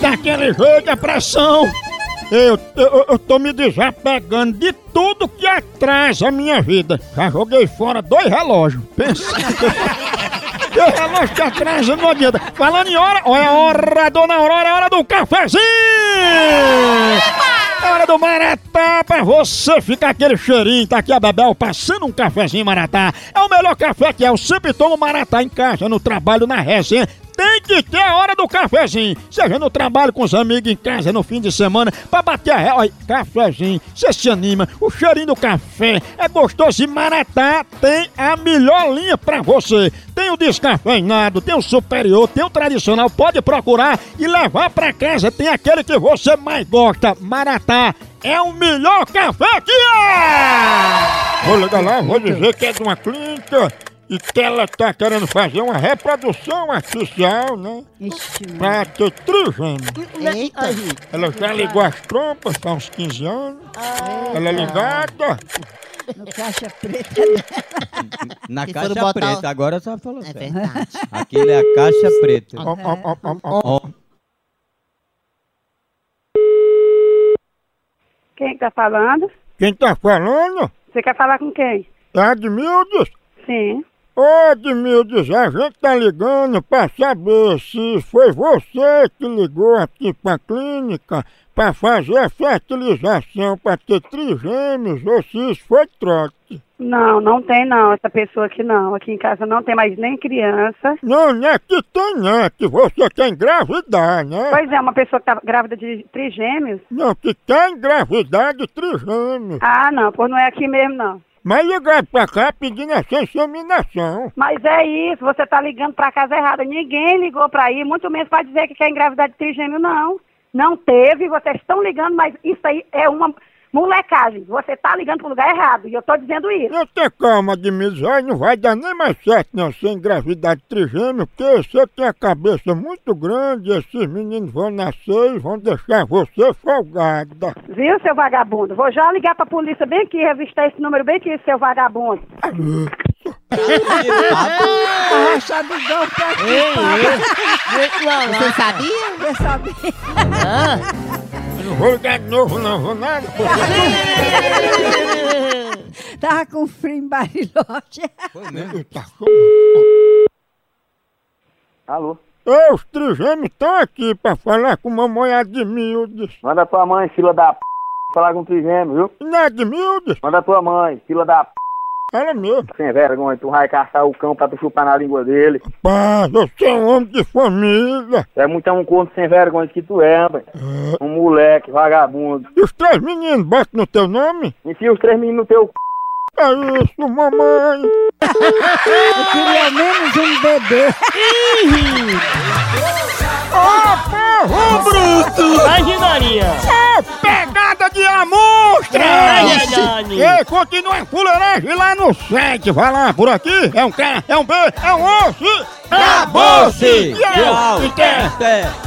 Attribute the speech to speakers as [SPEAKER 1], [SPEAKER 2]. [SPEAKER 1] daquele jeito, a é pressão. Eu, eu, eu tô me desapegando de tudo que atrasa a minha vida. Já joguei fora dois relógios. Pensa. dois relógios que atrasam não adianta. Falando em hora, olha a hora, dona Aurora, é hora do cafezinho! É hora do Maratá pra você ficar aquele cheirinho. Tá aqui a Bebel passando um cafezinho Maratá. É o melhor café que é. Eu sempre tomo Maratá em casa, no trabalho, na resenha. Tem que ter a hora do cafezinho. Seja no trabalho com os amigos, em casa, no fim de semana, pra bater a ré. Olha, cafezinho, você se anima. O cheirinho do café é gostoso e Maratá tem a melhor linha pra você. Tem o descafeinado, tem o superior, tem o tradicional. Pode procurar e levar pra casa. Tem aquele que você mais gosta. Maratá é o melhor café que é! Vou ligar lá, vou dizer que é de uma clínica e que ela tá querendo fazer uma reprodução artificial, né?
[SPEAKER 2] Ixi,
[SPEAKER 1] Pra ter trigêmeo.
[SPEAKER 2] Eita,
[SPEAKER 1] Ela já ligou as trompas há uns 15 anos. Ela é ligada.
[SPEAKER 2] no caixa preta.
[SPEAKER 3] Se
[SPEAKER 4] Na
[SPEAKER 3] for
[SPEAKER 4] caixa
[SPEAKER 3] botar-
[SPEAKER 4] preta, agora você falou
[SPEAKER 3] É
[SPEAKER 4] certo.
[SPEAKER 3] verdade.
[SPEAKER 4] Aquele é a caixa preta.
[SPEAKER 1] Ó, ó, ó, ó, ó.
[SPEAKER 4] Ó,
[SPEAKER 5] Quem tá falando?
[SPEAKER 1] Quem tá falando
[SPEAKER 5] Você quer falar com quem?
[SPEAKER 1] é a Admildes.
[SPEAKER 5] Sim.
[SPEAKER 1] Ô, Dmildes, a gente tá ligando pra saber se foi você que ligou aqui pra clínica pra fazer a fertilização pra ter trigêmeos ou se isso foi trote.
[SPEAKER 5] Não, não tem não, essa pessoa aqui não. Aqui em casa não tem mais nem criança.
[SPEAKER 1] Não, não é que tem, não, é que você quer engravidar, né?
[SPEAKER 5] Pois é, uma pessoa que tá grávida de trigêmeos.
[SPEAKER 1] Não, que quer engravidar de trigêmeos.
[SPEAKER 5] Ah, não, pô, não é aqui mesmo não.
[SPEAKER 1] Mas ligar pra cá pedindo essa inseminação.
[SPEAKER 5] Mas é isso, você tá ligando pra casa errada. Ninguém ligou pra ir, muito menos pra dizer que quer engravidar de trigêmeo, não. Não teve, vocês estão ligando, mas isso aí é uma molecagem. Você tá ligando pro lugar errado, e eu tô dizendo isso.
[SPEAKER 1] Não tem calma, Dmildes, aí não vai dar nem mais certo não sem engravidar de trigêmeo, porque você tem a cabeça muito grande, esses meninos vão nascer e vão deixar você folgada.
[SPEAKER 5] Viu, seu vagabundo? Vou já ligar pra polícia bem aqui, revistar esse número bem aqui, seu vagabundo.
[SPEAKER 2] Rachadugão pra
[SPEAKER 3] Ei, ei. Você sabia?
[SPEAKER 2] quem sabe.
[SPEAKER 1] Eu não vou ligar de novo não, vou nada.
[SPEAKER 2] Tava com frio em Bariloche.
[SPEAKER 1] tá
[SPEAKER 6] Alô?
[SPEAKER 1] Ei, os trigêmeos estão aqui pra falar com mamãe Admildes.
[SPEAKER 6] Manda tua mãe, fila da p... falar com o trigêmeo, viu?
[SPEAKER 1] Não é Admildes?
[SPEAKER 6] Manda tua mãe, fila da p...
[SPEAKER 1] Ela mesmo.
[SPEAKER 6] sem vergonha. Tu vai caçar o cão pra tu chupar na língua dele.
[SPEAKER 1] Pá, eu sou um homem de família.
[SPEAKER 6] Tu é muito um corno sem vergonha que tu é, rapaz. Um moleque, vagabundo.
[SPEAKER 1] E os três meninos batem no teu nome?
[SPEAKER 6] Enfia os três meninos no teu c...
[SPEAKER 1] É isso, mamãe.
[SPEAKER 2] Eu queria menos um bebê.
[SPEAKER 1] Pegada de amostra! Ei, continua a fuleiragem lá no site. Vai lá, por aqui. É um K, é um B, é um osso. é
[SPEAKER 4] Acabou-se!
[SPEAKER 1] Tchau!
[SPEAKER 4] Tchau!
[SPEAKER 1] E tem-
[SPEAKER 4] Até!